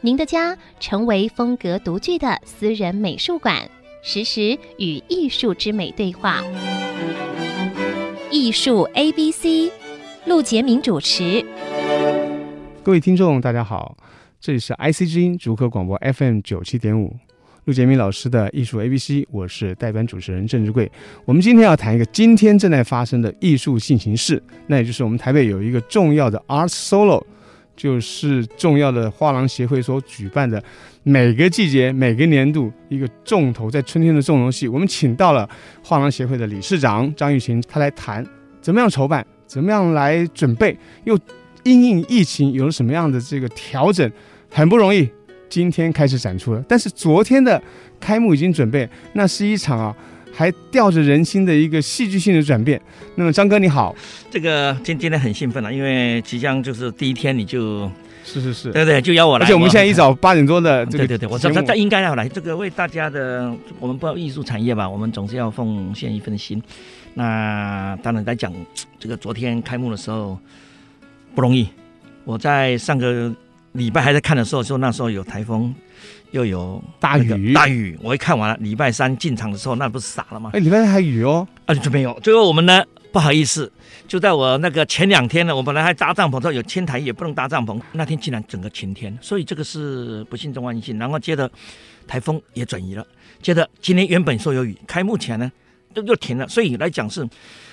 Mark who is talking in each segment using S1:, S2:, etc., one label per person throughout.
S1: 您的家成为风格独具的私人美术馆，实时与艺术之美对话。艺术 A B C，陆杰明主持。
S2: 各位听众，大家好，这里是 IC 之音逐客广播 FM 九七点五，陆杰明老师的艺术 ABC，我是代班主持人郑志贵。我们今天要谈一个今天正在发生的艺术进行式，那也就是我们台北有一个重要的 Art Solo，就是重要的画廊协会所举办的每个季节、每个年度一个重头，在春天的重头戏，我们请到了画廊协会的理事长张玉琴，她来谈怎么样筹办，怎么样来准备，又因应疫情有了什么样的这个调整，很不容易。今天开始展出了，但是昨天的开幕已经准备，那是一场啊，还吊着人心的一个戏剧性的转变。那么张哥你好，
S3: 这个今今天很兴奋啊了、因为即将就是第一天，你就是
S2: 是是，
S3: 对不对？就邀呃我来，
S2: 而且我们现在一早八点多的这个
S3: 对对对，我知
S2: 节
S3: 道
S2: 目
S3: 他应该要来，这个为大家的我们不知道艺术产业吧，我们总是要奉献一份心。那当然来讲，这个昨天开幕的时候不容易，我在上个礼拜还在看的时候，就那时候有台风，又有
S2: 大
S3: 那个
S2: 雨，
S3: 大雨，我一看完了，礼拜三进场的时候，那不是傻了吗？
S2: 哎，礼拜天还雨哦，
S3: 啊，就没有。最后我们呢，不好意思，就在我那个前两天呢，我本来还搭帐篷，说有天台也不能搭帐篷，那天竟然整个晴天，所以这个是不幸中万幸。然后接着台风也转移了，接着今天原本说有雨，开幕前呢又又停了，所以来讲是，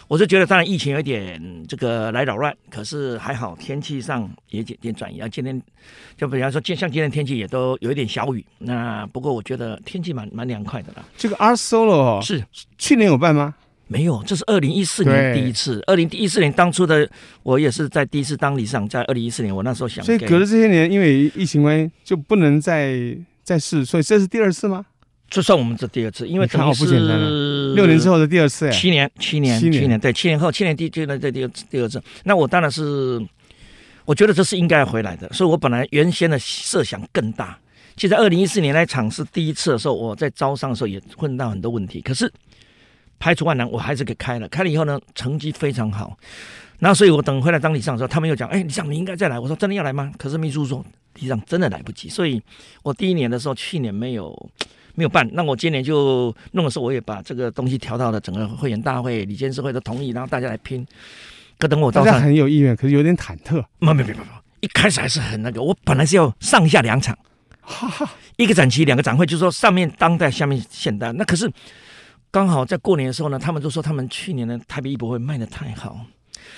S3: 我是觉得当然疫情有一点这个来扰乱，可是还好天气上也有点转移啊。今天就比方说，像今天天气也都有一点小雨，那不过我觉得天气蛮蛮凉快的啦。
S2: 这个 R Solo 哦，
S3: 是。
S2: 去年有办吗？
S3: 没有，这是二零一四年
S2: 对
S3: 第一次。二零一四年当初的我也是在第一次当理事长，在二零一四年我那时候想
S2: 所
S3: 给，
S2: 以隔了这些年，因为疫情关系就不能再再试，所以这是第二次吗？
S3: 这算我们这第二次，因为
S2: 你看
S3: 等于
S2: 好不简单啊
S3: 是
S2: 六年之后的第二次，哎，
S3: 七年，七年，
S2: 七
S3: 七
S2: 年
S3: 年，对，七年后，七年第第第第二第二次，那我当然是，我觉得这是应该要回来的，所以我本来原先的设想更大。其实在二零一四年那场是第一次的时候，我在招商的时候也碰到很多问题，可是排除万难，我还是给开了。开了以后呢，成绩非常好。然后，所以我等回来当理事长的时候，他们又讲：“哎，理事长你应该再来。”我说：“真的要来吗？”可是秘书说：“理事长真的来不及。”所以，我第一年的时候，去年没有没有办，那我今年就弄的时候，我也把这个东西调到了整个会员大会、理监事会都同意，然后大家来拼。可等我
S2: 大
S3: 到
S2: 家
S3: 上，
S2: 很有意愿，可是有点忐忑。
S3: 没没没没没，一开始还是很那个，我本来是要上下两场，
S2: 哈哈，
S3: 一个展期两个展会，就是说上面当代，下面现代。那可是刚好在过年的时候呢，他们就说他们去年的台北艺博会卖的太好，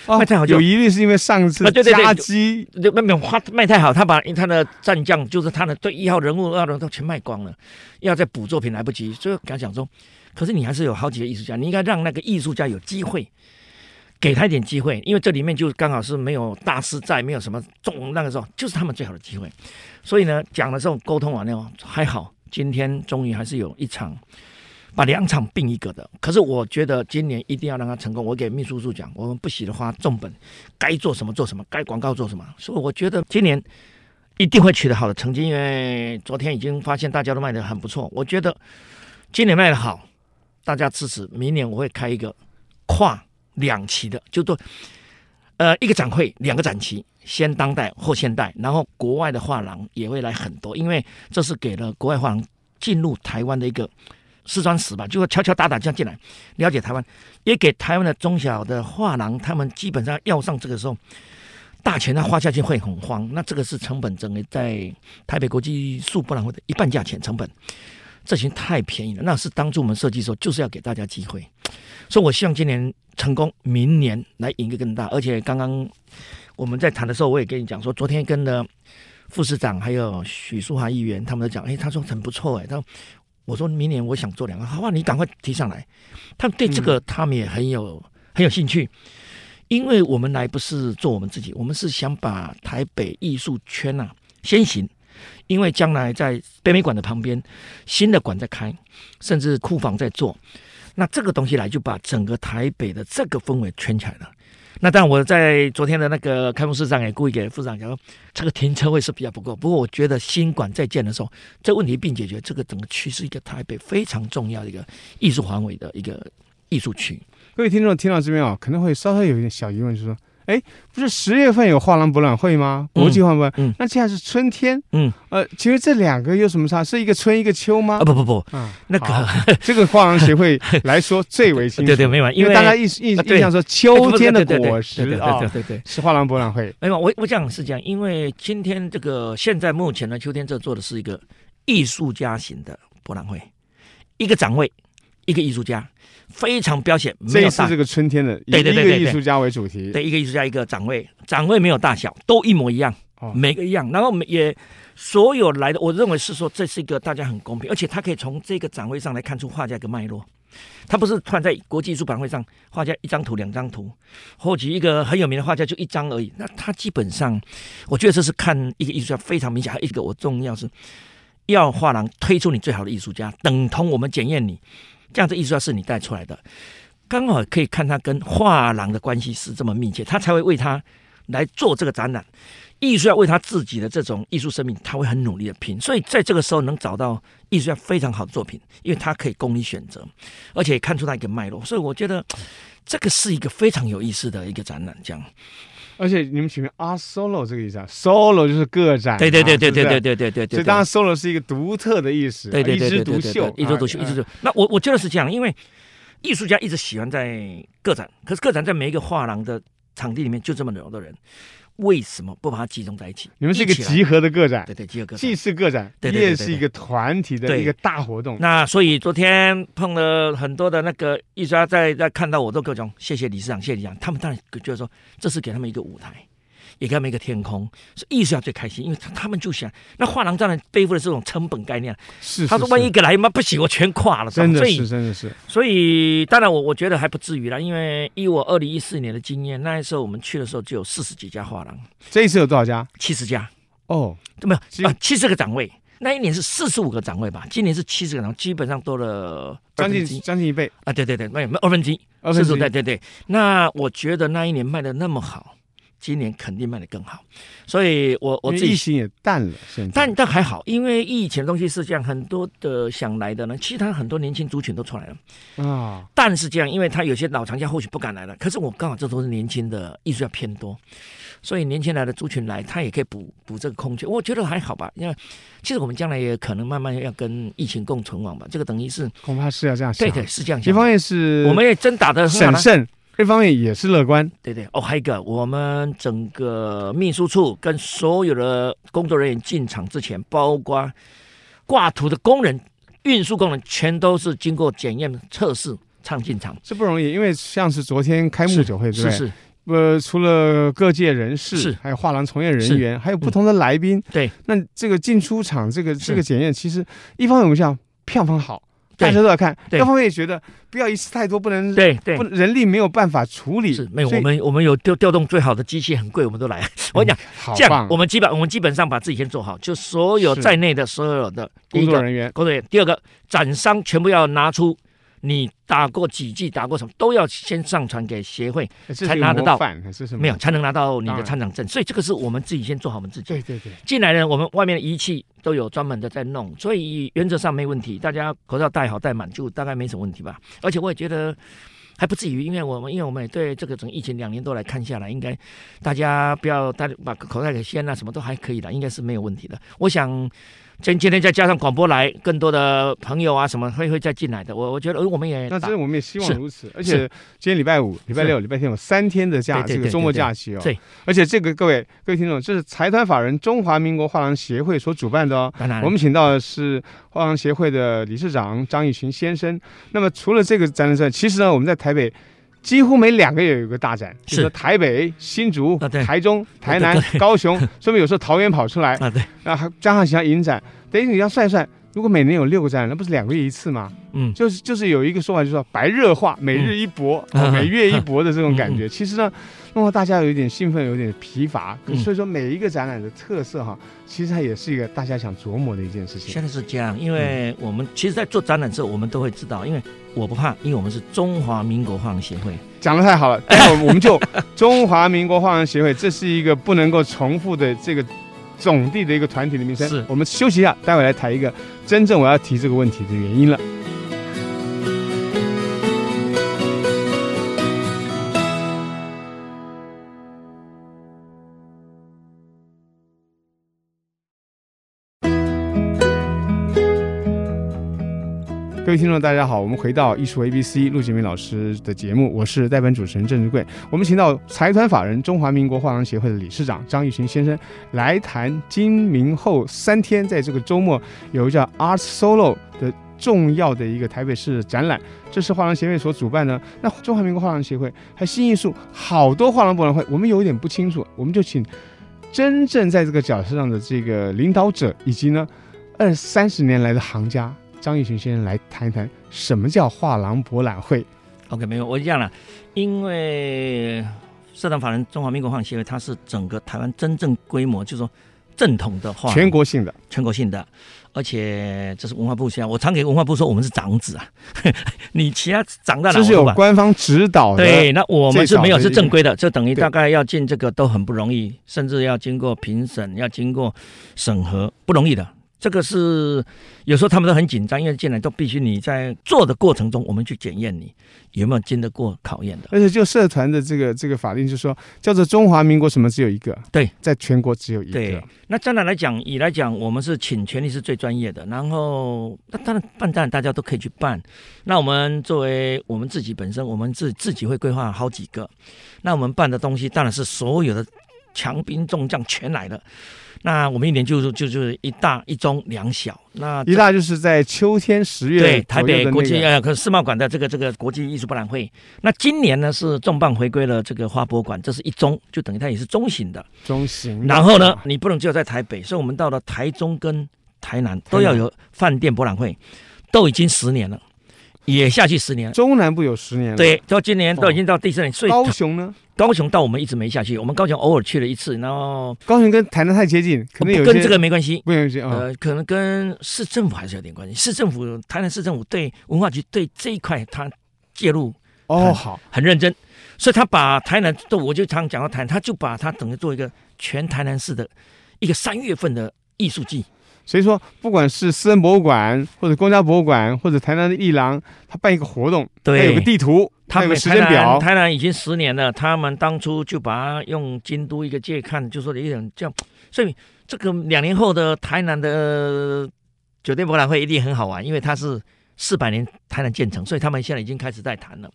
S2: 哦
S3: 那太好就
S2: 有疑虑是因为上次
S3: 啊对对对
S2: 加机
S3: 那没有花卖太好，他把他的战将，就是他的对一号人物、二号人物都全卖光了，要再补作品来不及，所以我跟他讲说，可是你还是有好几个艺术家，你应该让那个艺术家有机会，给他一点机会，因为这里面就刚好是没有大师在，没有什么重那个时候，就是他们最好的机会。所以呢，讲的时候沟通完了还好，今天终于还是有一场。把两场并一个的，可是我觉得今年一定要让他成功。我给秘书处讲，我们不惜的花重本，该做什么做什么，该广告做什么。所以我觉得今年一定会取得好的成绩，因为昨天已经发现大家都卖得很不错。我觉得今年卖得好，大家支持。明年我会开一个跨两期的，就做呃一个展会两个展期，先当代后现代，然后国外的画廊也会来很多，因为这是给了国外画廊进入台湾的一个。四川石吧，就敲敲打打这样进来，了解台湾，也给台湾的中小的画廊，他们基本上要上这个时候，大钱他啊花下去会很慌。那这个是成本整个在台北国际艺术博览会的一半价钱成本，这些太便宜了。那是当初我们设计的时候就是要给大家机会，所以我希望今年成功，明年来赢一个更大。而且刚刚我们在谈的时候，我也跟你讲说，昨天跟的副市长还有许淑华议员他们都讲，哎，他说很不错，哎，哎他说我说明年我想做两个，好啊，你赶快提上来。他们对这个他们也很有、很有兴趣，因为啊我们来不是做我们自己，我们是想把台北艺术圈呐、先行，因为将来在北美馆的旁边，新的馆在开，甚至库房在做，那这个东西来就把整个台北的这个氛围圈起来了。那当然，我在昨天的那个开幕式上也故意给副市长讲说，这个停车位是比较不够。不过我觉得新馆在建的时候，这问题并解决，这个整个区是一个台北非常重要的一个艺术环围的一个艺术区。
S2: 各位听众听到这边哦，可能会稍稍有一点小疑问，就是说，哎，不是十月份有画廊博览会吗？
S3: 嗯
S2: 国际画廊博览会，
S3: 嗯
S2: 那现在是春天，
S3: 嗯，
S2: 呃，其实这两个有什么差？是一个春一个秋吗
S3: 啊？不不不，
S2: 啊，
S3: 那个
S2: 好这个画廊协会来说最为清楚，
S3: 对对，没完，
S2: 因
S3: 因为
S2: 大家印印
S3: 啊对
S2: 印象说秋天的
S3: 对对对对
S2: 果实
S3: 对对
S2: 啊
S3: 对，对对。
S2: 是画廊博览会，
S3: 没有，我我讲是这样，因为今天这个现在目前呢，秋天这做的是一个艺术家型的博览会，一个展位，一个艺术家，非常标显，
S2: 这
S3: 没
S2: 一
S3: 有
S2: 次
S3: 大
S2: 这个春天的以
S3: 对
S2: 一
S3: 对对
S2: 个
S3: 对
S2: 艺
S3: 对
S2: 术家为主题，
S3: 对一个艺术家一个展位，展位没有大小，都一模一样，
S2: 哦
S3: 每个一样，然后每也所有来的，我认为是说这是一个大家很公平，而且他可以从这个展位上来看出画家一个脉络。他不是突然在国际艺术博览会上，画家一张图、两张图，或者一个很有名的画家就一张而已。那他基本上，我觉得这是看一个艺术家非常明显。还有一个我重要是，要画廊推出你最好的艺术家，等同我们检验你，这样的艺术家是你带出来的，刚好可以看他跟画廊的关系是这么密切，他才会为他来做这个展览。艺术要为他自己的这种艺术生命，他会很努力的拼。所以在这个时候能找到艺术家非常好的作品，因为他可以供你选择，而且看出他一个脉络。所以我觉得这个是一个非常有意思的一个展览，这样。
S2: 而且你们前面 R solo 这个意思啊，solo 就是个展啊，
S3: 对对对对
S2: 是不是
S3: 对对对对对对。
S2: 所以当然，solo 是一个独特的意识，
S3: 对对对
S2: 啊一枝
S3: 对
S2: 独
S3: 对对
S2: 秀
S3: 对，，一枝独秀，
S2: 啊
S3: 一枝独秀。那我我觉得是这样，因为艺术家一直喜欢在个展，可是个展在每一个画廊的场地里面就这么多的人，为什么不把它集中在一起？
S2: 你们是一个
S3: 起来
S2: 集合的个展，
S3: 对对集合个展
S2: 既。是个展，
S3: 对对对
S2: 也
S3: 对
S2: 是一个团体的
S3: 对
S2: 一个大活动。
S3: 那所以昨天碰了很多的那个艺术家在，在看到我都各种谢谢理事长，谢谢理事长，他们当然觉得说这是给他们一个舞台，也给他们一个天空，是艺术家最开心，因为他他们就想，那画廊当然背负的是这种成本概念，
S2: 是，是
S3: 他说万一一个来妈不行，我全垮了，
S2: 是真的
S3: 所以
S2: 是真的是，
S3: 所以，当然我我觉得还不至于啦，因为以我二零一四年的经验，那时候我们去的时候就有四十几家画廊，
S2: 这一次有多少家？
S3: 七十家，
S2: 哦，
S3: 没
S2: 其
S3: 有啊，七十个展位。那一年是四十五个展位吧，今年是七十个展位，基本上多了二
S2: 将
S3: 分
S2: 近
S3: 之一
S2: 将近一倍，
S3: 啊，对对对，没有没有二分之一，
S2: 二分之
S3: 四十
S2: 一
S3: 对对对。那我觉得那一年卖的那么好，今年肯定卖的更好，所以我我
S2: 因
S3: 自
S2: 为疫
S3: 己
S2: 情也淡了，现在
S3: 但但还好，因为以前的东西是这样，很多的想来的呢，其实他很多年轻族群都出来了。
S2: 啊，
S3: 但是这样，因为他有些老藏家或许不敢来了，可是我刚好这都是年轻的艺术家偏多，所以年轻来的族群来，他也可以补补这个空缺，我觉得还好吧。因为其实我们将来也可能慢慢要跟疫情共存亡吧，这个等于是
S2: 恐怕是要啊这样想。
S3: 对对，是这样
S2: 一
S3: 想
S2: 方。面是
S3: 我们也真打得很好
S2: 审
S3: 啦
S2: 慎，一方面也是乐观。
S3: 对对哦，还有一个，我们整个秘书处跟所有的工作人员进场之前，包括挂图的工人、运输工人，全都是经过检验测试，唱进场。
S2: 这不容易，因为像是昨天开幕
S3: 是
S2: 酒会，对不
S3: 是
S2: 对？
S3: 是，
S2: 呃，除了各界人士
S3: 是，
S2: 还有画廊从业
S3: 是嗯
S2: 人员，还有不同的来宾。
S3: 对，
S2: 那这个进出场这个
S3: 是
S2: 这个检验，其实一方面我们想票房好，
S3: 对
S2: 大家都要看；，
S3: 对
S2: 一方面也觉得不要一次太多，不能
S3: 对对
S2: 不。人力没有办法处理，
S3: 是没有，
S2: 所以
S3: 我们我们有调调动最好的机器，很贵，我们都来。我跟你讲，
S2: 好
S3: 这样
S2: 棒
S3: 我们基本我们基本上把自己先做好，就所有
S2: 是
S3: 在内的所有的第
S2: 工
S3: 一
S2: 作
S3: 个
S2: 人员
S3: 工作人员，第二个展商全部要拿出你打过几季、打过什么，都要先上传给协会，
S2: 哎这
S3: 才
S2: 是
S3: 拿得到
S2: 模范，这是
S3: 没有才能拿到你
S2: 当
S3: 的
S2: 然
S3: 参展证。所以这个是我们自己先做好我们自己。
S2: 对对对，
S3: 进来呢，我们外面的仪器都有专门的在弄，所以原则上没问题。大家口罩戴好戴满，就大概没什么问题吧。而且我也觉得还不至于，因为我们因为我们也对这个整个疫情两年多来看下来，应该大家不要戴把口罩给掀啊，什么都还可以的，应该是没有问题的。我想。今今天再加上广播来，更多的朋友啊什么会会再进来的。我我觉得，呃我们也
S2: 那这
S3: 打
S2: 我们也希望
S3: 是
S2: 如此。而
S3: 是
S2: 且今天礼拜五、礼拜六、礼拜天有三天的假，
S3: 对对
S2: 这个
S3: 对
S2: 周末
S3: 对对
S2: 假期哦。
S3: 对。
S2: 而且这个各位各位听众，这是财团法人中华民国画廊协会所主办的哦。
S3: 当然
S2: 我们请到的是画廊协会的理事长张以群先生。那么除了这个展览之外，其实呢，我们在台北几乎每两个月有一个大展，比如
S3: 是
S2: 说台北、新竹、
S3: 啊对
S2: 台中、台
S3: 对
S2: 南、高雄，甚至有时候桃园跑出来，
S3: 啊对
S2: 然后还加上其他影展，等于你要算一算，如果每年有六个展览，那不是两个月一次吗？
S3: 嗯，
S2: 就是就是有一个说法，就是说白热化，每日一博、
S3: 嗯
S2: 哦每月一博的这种感觉。其实呢，弄到大家有一点兴奋，有点疲乏。
S3: 嗯
S2: 所以说，每一个展览的特色哈，其实它也是一个大家想琢磨的一件事情
S3: 现。在是这样，因为
S2: 嗯
S3: 我们其实，在做展览之后，我们都会知道，因为我不怕，因为我们是中华民国画廊协会，
S2: 讲的太好了，待会儿我们 就中华民国画廊协会，这是一个不能够重复的这个总地的一个团体的名称。
S3: 是
S2: 我们休息一下，待会儿来谈一个真正我要提这个问题的原因了。各位听众，大家好，我们回到艺术 A B C 陆杰明老师的节目，我是代班主持人郑志贵。我们请到财团法人中华民国画廊协会的理事长张玉群先生来谈今明后三天，在这个周末有一个叫 Art Solo 的重要的一个台北市展览，这是画廊协会所主办的。那中华民国画廊协会还新艺术好多画廊博览会，我们有一点不清楚，我们就请真正在这个角色上的这个领导者，以及呢二三十年来的行家张玉群先生来谈一谈什么叫画廊博览会。
S3: OK，没有，我这样了，因为社团法人中华民国画廊协会，它是整个台湾真正规模，就是说正统的画廊
S2: 全国性的，
S3: 全国性的，而且这是文化部现在，我常给文化部说我们是长子啊， 你其他长在哪
S2: 这
S3: 我
S2: 是
S3: 都
S2: 有
S3: 管
S2: 官方指导的，
S3: 对，那我们是没有
S2: 最少的
S3: 是正规的，就等于
S2: 对
S3: 大概要进这个都很不容易，甚至要经过评审，要经过审核，不容易的。这个是有时候他们都很紧张，因为进来都必须你在做的过程中，我们去检验你有没有经得过考验的。
S2: 而且就社团的这个这个法令，就说叫做中华民国什么只有一个，
S3: 对，
S2: 在全国只有一
S3: 对啊
S2: 个，，
S3: 那当然来讲，以来讲，我们是请权力是最专业的。然后，那当然办展大家都可以去办。那我们作为我们自己本身，我们自自己会规划好几个。那我们办的东西当然是所有的强兵众将全来了。那我们一年就就就是一大一中两小。那这
S2: 一大就是在秋天十月
S3: 对台
S2: 左右
S3: 北
S2: 的
S3: 国
S2: 那
S3: 际
S2: 个
S3: 呃，可世贸馆的这个这个国际艺术博览会。那今年呢是重磅回归了这个花博馆，这是一中，就等于它也是中型的。
S2: 中型，
S3: 然后呢，，你不能只有在台北，所以我们到了台中跟台南都要有饭店博览会，都已经十年了，也下去十年了。
S2: 中南部有十年了，，
S3: 对，到今年都已经到第四年，所以
S2: 哦高雄呢，
S3: 高雄到我们一直没下去，我们高雄偶尔去了一次，然后
S2: 高雄跟台南太接近，可
S3: 哦不
S2: 能有
S3: 跟
S2: 些
S3: 这个没关系。
S2: 不有些啊，
S3: 呃，可能跟市政府还是有点关系。市政府，台南市政府对文化局对这一块他介入
S2: 哦好，
S3: 很认真，所以他把台南，都我就常讲到台南，他就把它等于做一个全台南市的一个三月份的艺术季。
S2: 所以说不管是私人博物馆或者公家博物馆或者台南的艺廊，他办一个活动，他
S3: 对，
S2: 有个地图，
S3: 他
S2: 它有
S3: 们
S2: 个时
S3: 台
S2: 间表
S3: 南，台南已经十年了，他们当初就把它用京都一个界看，就说有点这样，所以这个两年后的台南的酒店博览会一定很好玩，因为它是四百年台南建成，所以他们现在已经开始在谈了，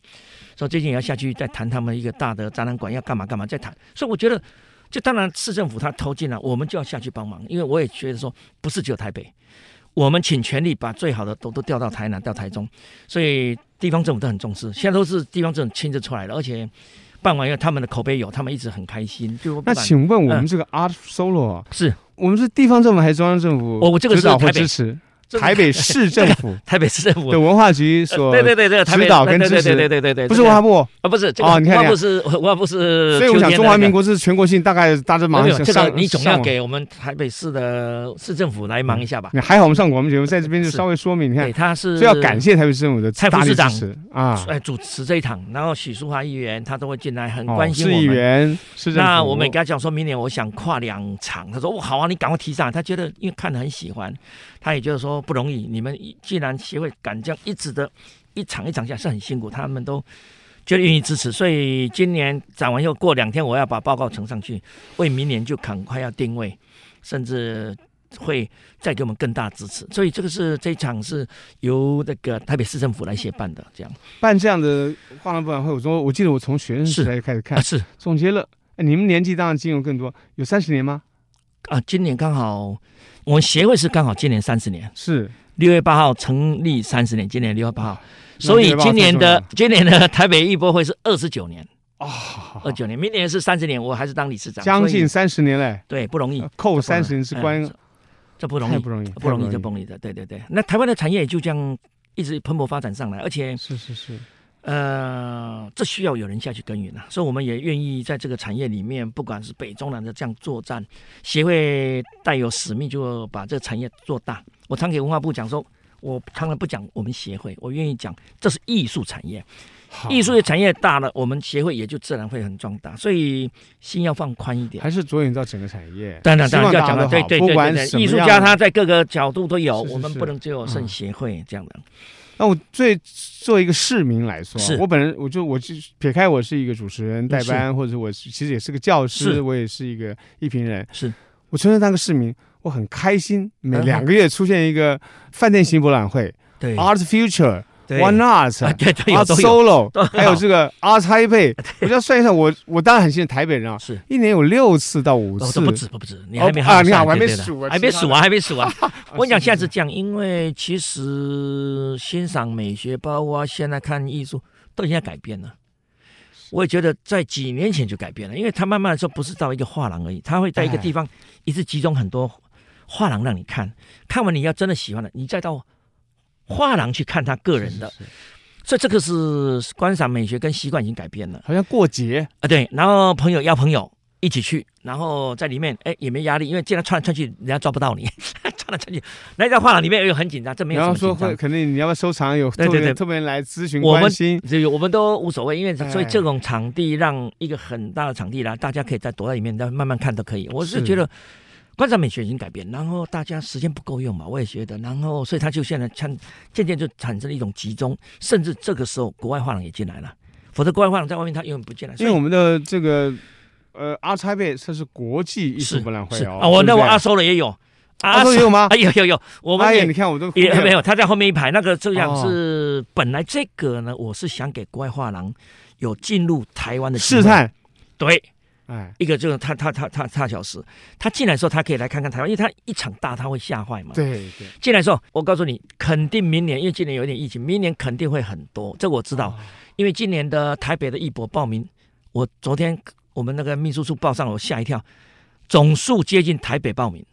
S3: 所以最近也要下去再谈他们一个大的展览馆要干嘛干嘛再谈，所以我觉得。就当然，市政府他投进来，我们就要下去帮忙，因为我也觉得说，不是只有台北，我们请全力把最好的都都调到台南、到台中，所以地方政府都很重视，现在都是地方政府亲自出来了，而且办完以后他们的口碑有，他们一直很开心。就不
S2: 那
S3: 管
S2: 请问我们这个
S3: 嗯
S2: Art Solo 啊
S3: 是
S2: 我们是地方政府还是中央政府？
S3: 哦我我这个是
S2: 指导或
S3: 台北
S2: 支持
S3: 这个
S2: 台北市政 府
S3: 台北市政府
S2: 的。文化局所，
S3: 对对对对，台北
S2: 指导跟
S3: 对对
S2: 支持
S3: 对对对对对，呃
S2: 不是文化
S3: 部
S2: 部，
S3: 啊，不是这个
S2: 哦你看
S3: 文化部
S2: 你看
S3: 是文化部是，
S2: 所以我想中华民。国是全国性，大概大致马
S3: 没有没
S2: 上
S3: 有
S2: 上
S3: 这个，你总要
S2: 上网。
S3: 给我们台北市的市政府来忙一下吧。
S2: 还好我们上广播节目，在这 边就是稍微说明，你看
S3: 对，，他是
S2: 所以要感谢台北市政府的
S3: 蔡副
S2: 大力
S3: 市
S2: 支
S3: 长
S2: 持啊，
S3: 哎主持这一场，然后许淑华议员他都会进来，很
S2: 哦
S3: 关心
S2: 市
S3: 我
S2: 议
S3: 们。
S2: 员、市政府。
S3: 那我们也跟他讲说，明年我想跨两场，他说哇好啊，你赶快提上来。他觉得因为看得很喜欢，他也觉得说不容易。你们一既然协会敢这样一直的，一场一场下是很辛苦，他们都觉得愿意支持。所以今年展完以后过两天，我要把报告呈上去，为明年就赶快要定位，甚至。会再给我们更大支持，所以这个是这一场是由那个台北市政府来协办的，这样
S2: 办这样的画廊博览会，我说我记得我从学生时代就开始
S3: 啊
S2: 看，
S3: 是
S2: 总结了，哎你们年纪当然经由更多，有三十年吗？
S3: 啊，今年刚好我们协会是刚好今年三十年，
S2: 是，
S3: 六月八号成立三十年，今年六月八号，
S2: 啊那
S3: 所
S2: 六
S3: 以
S2: 月八号
S3: 今年的
S2: 太
S3: 今年的台北艺博会是二十九年，
S2: 啊，好好
S3: 二九年，明年是三十年，我还是当理事长，
S2: 将近
S3: 呃所以嗯
S2: 三十年嘞，呃
S3: 对不容易，
S2: 扣
S3: 不容易
S2: 三十年是关
S3: 嗯这不容易，
S2: 太不容易，
S3: 不容易，
S2: 太
S3: 这不容易的。对对对，那台湾的产业也就这样一直蓬勃发展上来，而且
S2: 是是是，
S3: 呃，这需要有人下去耕耘啊，所以我们也愿意在这个产业里面，不管是北中南的这样作战，协会带有使命，就把这个产业做大。我常给文化部讲说，我常常不讲我们协会，我愿意讲这是艺术产业，
S2: 好
S3: 艺术的产业大了，我们协会也就自然会很壮大，所以心要放宽一点。
S2: 还是着眼到整个产业。
S3: 当然，当然
S2: 希
S3: 要
S2: 望大
S3: 讲
S2: 家
S3: 了，
S2: 都
S3: 对
S2: 好
S3: 对
S2: 不
S3: 对
S2: 管
S3: 对
S2: 什
S3: 对，
S2: 么
S3: 艺术
S2: 样
S3: 家
S2: 的
S3: 他在各个角度都有，
S2: 是是
S3: 我们
S2: 是
S3: 不能只有
S2: 嗯
S3: 圣协会这样的。
S2: 那我最作为一个市民来说啊
S3: 是，
S2: 我本人我就我就撇开我是一个主持人代班，或者我是其实也是个教师，
S3: 是
S2: 我也是一个一评人。
S3: 是
S2: 我纯粹当个市民，我很开心。每
S3: 嗯
S2: 两个月出现一个饭店型博览会
S3: 对
S2: ，Art Future、
S3: 对
S2: 啊 One Art
S3: 啊，、对对有
S2: Art
S3: 都有
S2: Solo，
S3: 都
S2: 还有这个 Art Taipei。我就要算一算，我我当然很信任台北人啊，
S3: 是。
S2: 一年有六次到五
S3: 哦，
S2: 次
S3: 这，不止不止，你
S2: 哦
S3: 还没
S2: 啊
S3: 好好
S2: 你看
S3: 算
S2: 我还没
S3: 对对对
S2: 数啊
S3: 还
S2: 其
S3: 没
S2: 他
S3: 数
S2: 的
S3: 啊，还 没数啊。
S2: 啊
S3: 我讲
S2: 是
S3: 下次讲，因为其实欣赏美学，包括现在看艺术，都已经在改变了。我也觉得在几年前就改变了，因为它慢慢的时候不是到一个画廊而已，它会在一个
S2: 哎
S3: 地方一次集中很多画廊让你看，看完你要真的喜欢了，你再到画廊去看他个人的，，
S2: 是是是
S3: 所以这个是观赏美学跟习惯已经改变了。
S2: 好像过节
S3: 啊，对，然后朋友邀朋友一起去，然后在里面哎也没压力，因为既然穿来穿去，人家抓不到你， 穿来穿去，那在画廊里面又很紧张，这没有
S2: 然
S3: 什
S2: 后
S3: 么
S2: 说
S3: 紧
S2: 会，
S3: 张。
S2: 肯定你要不要收藏？有
S3: 对
S2: 特
S3: 对
S2: 别
S3: 对
S2: 特别人来咨询
S3: 我们
S2: 关心，
S3: 这个我们都无所谓，因为
S2: 哎
S3: 所以这种场地让一个很大的场地啦，大家可以在躲在里面，再慢慢看都可以。我是
S2: 是
S3: 觉得观赏美学已经改变，然后大家时间不够用嘛，我也觉得，然后所以他就现在看渐渐就产生了一种集中，甚至这个时候国外画廊也进来了，否则国外画廊在外面他永远不进来。所
S2: 因
S3: 以
S2: 为我们的这个呃阿差贝它是国际艺
S3: 是
S2: 术博览会
S3: 是
S2: 哦，
S3: 啊，我
S2: 对
S3: 那
S2: 不
S3: 我
S2: 对
S3: 阿收了也有，啊
S2: 阿收也有吗
S3: 啊，有有有，我们
S2: 哎呀，
S3: 也
S2: 你看我都
S3: 也没
S2: 有
S3: 有，他在后面一排。那个这样
S2: 哦
S3: 是、本来这个呢，我是想给国外画廊有进入台湾的机会
S2: 试，探，
S3: 对，
S2: 哎，
S3: 一个就是他他他他他小时，他进来的时候他可以来看看台湾，因为他一场大他会吓坏嘛。
S2: 对对，
S3: 进来的时候，我告诉你，肯定明年，因为今年有点疫情，明年肯定会很多，这我知
S2: 哦
S3: 道。因为今年的台北的艺博报名，我昨天我们那个秘书处报上，我吓一跳，总数接近台北报名，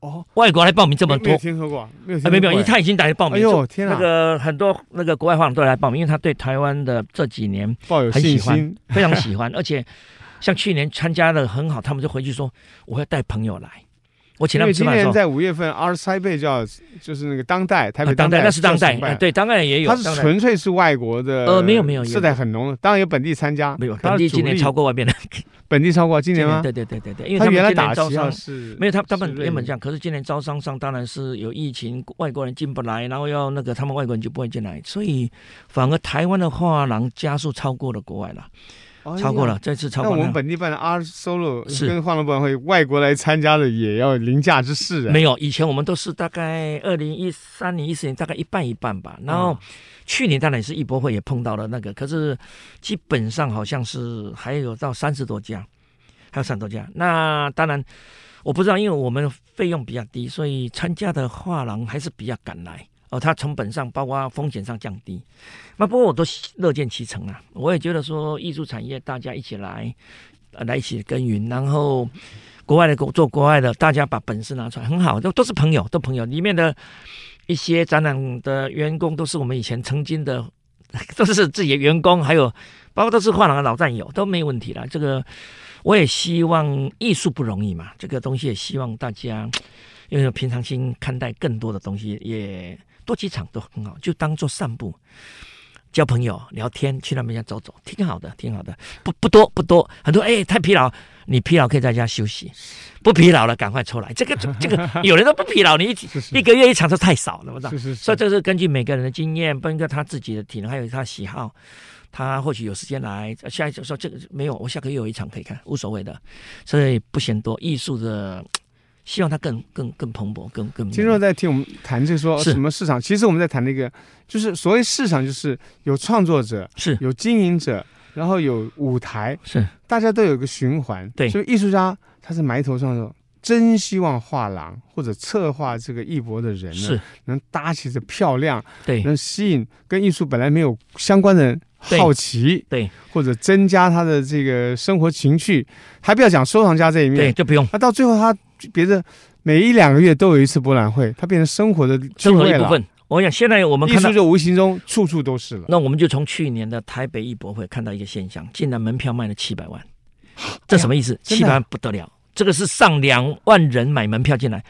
S2: 哦，
S3: 外国来报名这
S2: 这
S3: 么
S2: 没
S3: 多
S2: 有，听说过，没有听说过，
S3: 啊，没有没有，因为
S2: 哎
S3: 他已经来报名，
S2: 哎呦天哪
S3: 那个很多那个国外画廊都来报名，因为他对台湾的这几年
S2: 抱有
S3: 很
S2: 信
S3: 喜欢
S2: 心，
S3: 非常 喜欢，而且像去年参加的很好，他们就回去说我要带朋友来，我请
S2: 因
S3: 他
S2: 为
S3: 们吃
S2: 今
S3: 饭的时
S2: 年
S3: 候，
S2: 在五月份阿差贝叫就是那个当代台
S3: 啊
S2: 北
S3: 当代
S2: 代
S3: 那是当代，
S2: 教师
S3: 哎
S2: 办。
S3: 对，当然也有，
S2: 它是
S3: 当然
S2: 纯粹是外国的，
S3: 呃没有没有
S2: 色彩很浓的，当然有本地参加，
S3: 没有，
S2: 它
S3: 本地
S2: 主
S3: 今年
S2: 力
S3: 超过外面的，
S2: 本地超过今年吗？
S3: 对对对对对，因为
S2: 他
S3: 他们
S2: 原来
S3: 今
S2: 打啊
S3: 年
S2: 的
S3: 招
S2: 旗号
S3: 商
S2: 是
S3: 没有，他他们
S2: 是瑞
S3: 原本
S2: 典
S3: 这样，可是今年招商上当然是有疫情，外国人进不来，然后要那个他们外国人就不会进来，所以反而台湾的画廊加速超过了国外了，
S2: 哦
S3: 超过
S2: 哎呀
S3: 了，这次超
S2: 那
S3: 过
S2: 我
S3: 了
S2: 们。本地办的 R Solo
S3: 是
S2: 跟画廊博览会，外国来参加的也要凌驾之势啊。
S3: 没有，以前我们都是大概二零一三年、一四年大概一半一半吧。然
S2: 哦
S3: 后去年当然也是艺博会也碰到了那个，可是基本上好像是还有到三十多家，还有三十多家。那当然我不知道，因为我们费用比较低，所以参加的画廊还是比较敢来。哦，它成本上包括风险上降低，那不过我都乐见其成啊。我也觉得说艺术产业大家一起来，呃，来一起耕耘，然后国外的国做国外的，大家把本事拿出来，很好，都都是朋友，都朋友。里面的一些展览的员工都是我们以前曾经的， 都是自己的员工，还有包括都是画廊的老战友，都没问题了。这个我也希望艺术不容易嘛，这个东西也希望大家用一种平常心看待更多的东西，也多几场都很好，就当做散步。交朋友、聊天，去那边家走走，挺好的，挺好的，不不多不多，很多哎、太疲劳，你疲劳可以在家休息，不疲劳了赶快出来。这个这这个有人都不疲劳，你一起
S2: 是是
S3: 一个月一场都太少了，我知道
S2: 是。是是，
S3: 所以这是根据每个人的经验，包括他自己的体能，还有他喜好，他或许有时间来。呃下一次说这个没有，我下个月有一场可以看，无所谓的，所以不嫌多。艺术的希望它更更更蓬勃，更更。
S2: 金若在听我们谈这说
S3: 是
S2: 什么市场，其实我们在谈那个，就是所谓市场，就是有创作者，
S3: 是
S2: 有经营者，然后有舞台，
S3: 是
S2: 大家都有一个循环。
S3: 对
S2: 所以艺术家他是埋头创作，真希望画廊或者策划这个艺博的人呢，
S3: 是，
S2: 能搭起的漂亮，
S3: 对
S2: 能吸引跟艺术本来没有相关的人
S3: 对
S2: 好奇，
S3: 对
S2: 或者增加他的这个生活情趣，还不要讲收藏家这一
S3: 对，
S2: 面，
S3: 就不用
S2: 那到最后他别的每一两个月都有一次博览会，它变成生活的聚
S3: 生活
S2: 会
S3: 的一部
S2: 了。
S3: 分。我想现在我们
S2: 艺
S3: 看到嗯
S2: 术，就无形中处处都是了。
S3: 那我们就从去年的台北艺博会看到一个现象，竟然门票卖了七百万，这什么意思？
S2: 真
S3: 七
S2: 的
S3: 百
S2: 啊
S3: 万不得了，这个是上两万人买门票进来，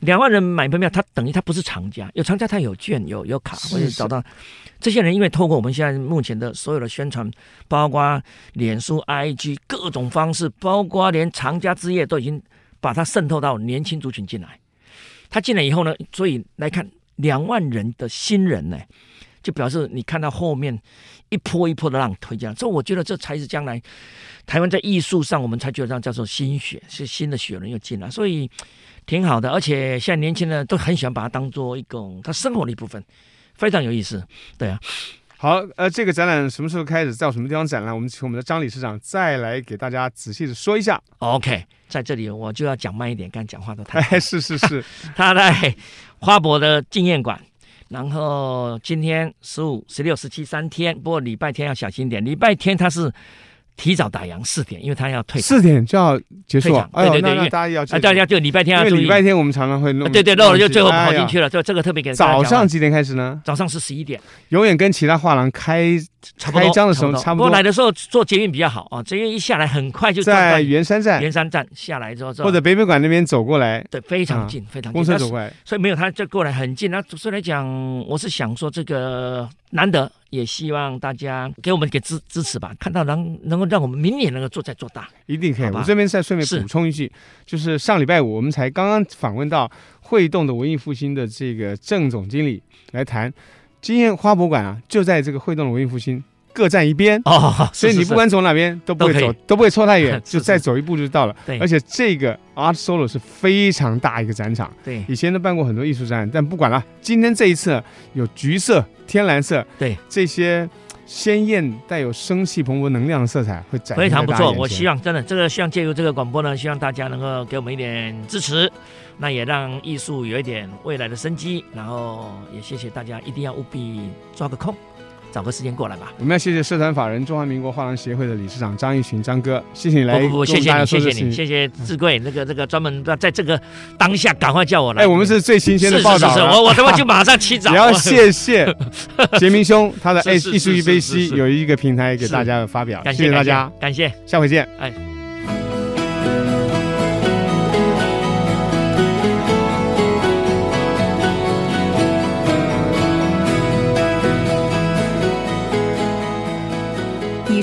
S3: 两万人买门票，他等于他不是藏家，有藏家他有券有有卡
S2: 是
S3: 或者
S2: 是
S3: 找到。这些人因为透过我们现在目前的所有的宣传，包括脸书、IG 各种方式，包括连藏家之夜都已经把它渗透到年轻族群进来。他进来以后呢，所以来看两万人的新人呢，就表示你看到后面一波一波的浪推进来，这我觉得这才是将来台湾在艺术上我们才觉得这样叫做新血，是新的血轮又进来，所以挺好的。而且现在年轻人都很喜欢把它当做一种他生活的一部分，非常有意思。
S2: 好，呃，这个展览什么时候开始，在什么地方展览？我们请我们的张理事长再来给大家仔细的说一 下。
S3: OK，在这里我就要讲慢一点，刚才讲话都太快
S2: 哎，是是 是，
S3: 他在花博的纪念馆。然后今天十五、十六、十七三天，不过礼拜天要小心一点。礼拜天他是提早打烊四点，因为他要退场。
S2: 四点就要结束啊。哎呦，
S3: 退场对对对
S2: 那
S3: 因为
S2: 那大家也要
S3: 啊，
S2: 记住
S3: 大家就礼拜天要
S2: 因为
S3: 注意。
S2: 礼拜天我们常常会弄
S3: 啊，对对，漏了就最后跑进。
S2: 哎呀
S3: 去了，就这个特别给大家讲
S2: 早
S3: 完
S2: 上几点开始呢？
S3: 早上是十一点，
S2: 永远跟其他画廊开
S3: 差不多
S2: 开张的时候
S3: 不多
S2: 差不
S3: 不
S2: 多
S3: 过来的时候坐捷运比较好啊，捷运一下来很快就
S2: 在
S3: 到
S2: 圆山站
S3: 圆山站啊下来之后，
S2: 或者北美馆那边走过来，
S3: 对非常近非常近，
S2: 公车
S3: 那
S2: 走过来。
S3: 所以没有他就过来很近。那所以来讲，我是想说这个难得，也希望大家给我们给支支持吧，看到能能够让我们明年能够做再做大。
S2: 一定可以。
S3: 好吧
S2: 我这边再顺
S3: 是
S2: 便补充一句，就是上礼拜五我们才刚刚访问到汇动的文艺复兴的这个郑总经理来谈，今天花博馆啊就在这个汇动的文艺复兴各站一边。
S3: 哦，
S2: 所以
S3: 是
S2: 你
S3: 是
S2: 不管走哪边都不会
S3: 都可以
S2: 走，都不会错太远，
S3: 是是
S2: 就再走一步就到了。
S3: 对
S2: 而且这个 Art Solo 是非常大一个展场，
S3: 是对
S2: 以前都办过很多艺术展览，但不管了。今天这一次呢有橘色、天蓝色，
S3: 对
S2: 这些鲜艳、带有生气、蓬勃能量的色彩会展现
S3: 非常不
S2: 在大
S3: 错，
S2: 家眼
S3: 我
S2: 前
S3: 希望真的这个希望借由这个广播呢，希望大家能够给我们一点支持，那也让艺术有一点未来的生机。然后也谢谢大家，一定要务必抓个空，找个时间过来吧。
S2: 我们要谢谢社团法人中华民国画廊协会的理事长张义群张哥，谢谢你来
S3: 不
S2: 跟
S3: 不
S2: 我
S3: 不，
S2: 们
S3: 谢
S2: 大
S3: 谢
S2: 家说嗯这
S3: 你，谢谢
S2: 事
S3: 你，
S2: 情。
S3: 谢谢志贵，那个那个专门在这个当下赶快叫我来。
S2: 哎，我们是最新鲜的报道
S3: 是是是，
S2: 了
S3: 我我他妈就马上起 早。啊
S2: 也要谢谢 杰明兄，他的哎
S3: 是是
S2: 艺术一杯
S3: 是是
S2: 西
S3: 是
S2: 有一个平台给
S3: 是
S2: 大家发表，
S3: 感
S2: 谢
S3: 谢
S2: 谢大家，，
S3: 感谢。
S2: 下回见。
S4: 以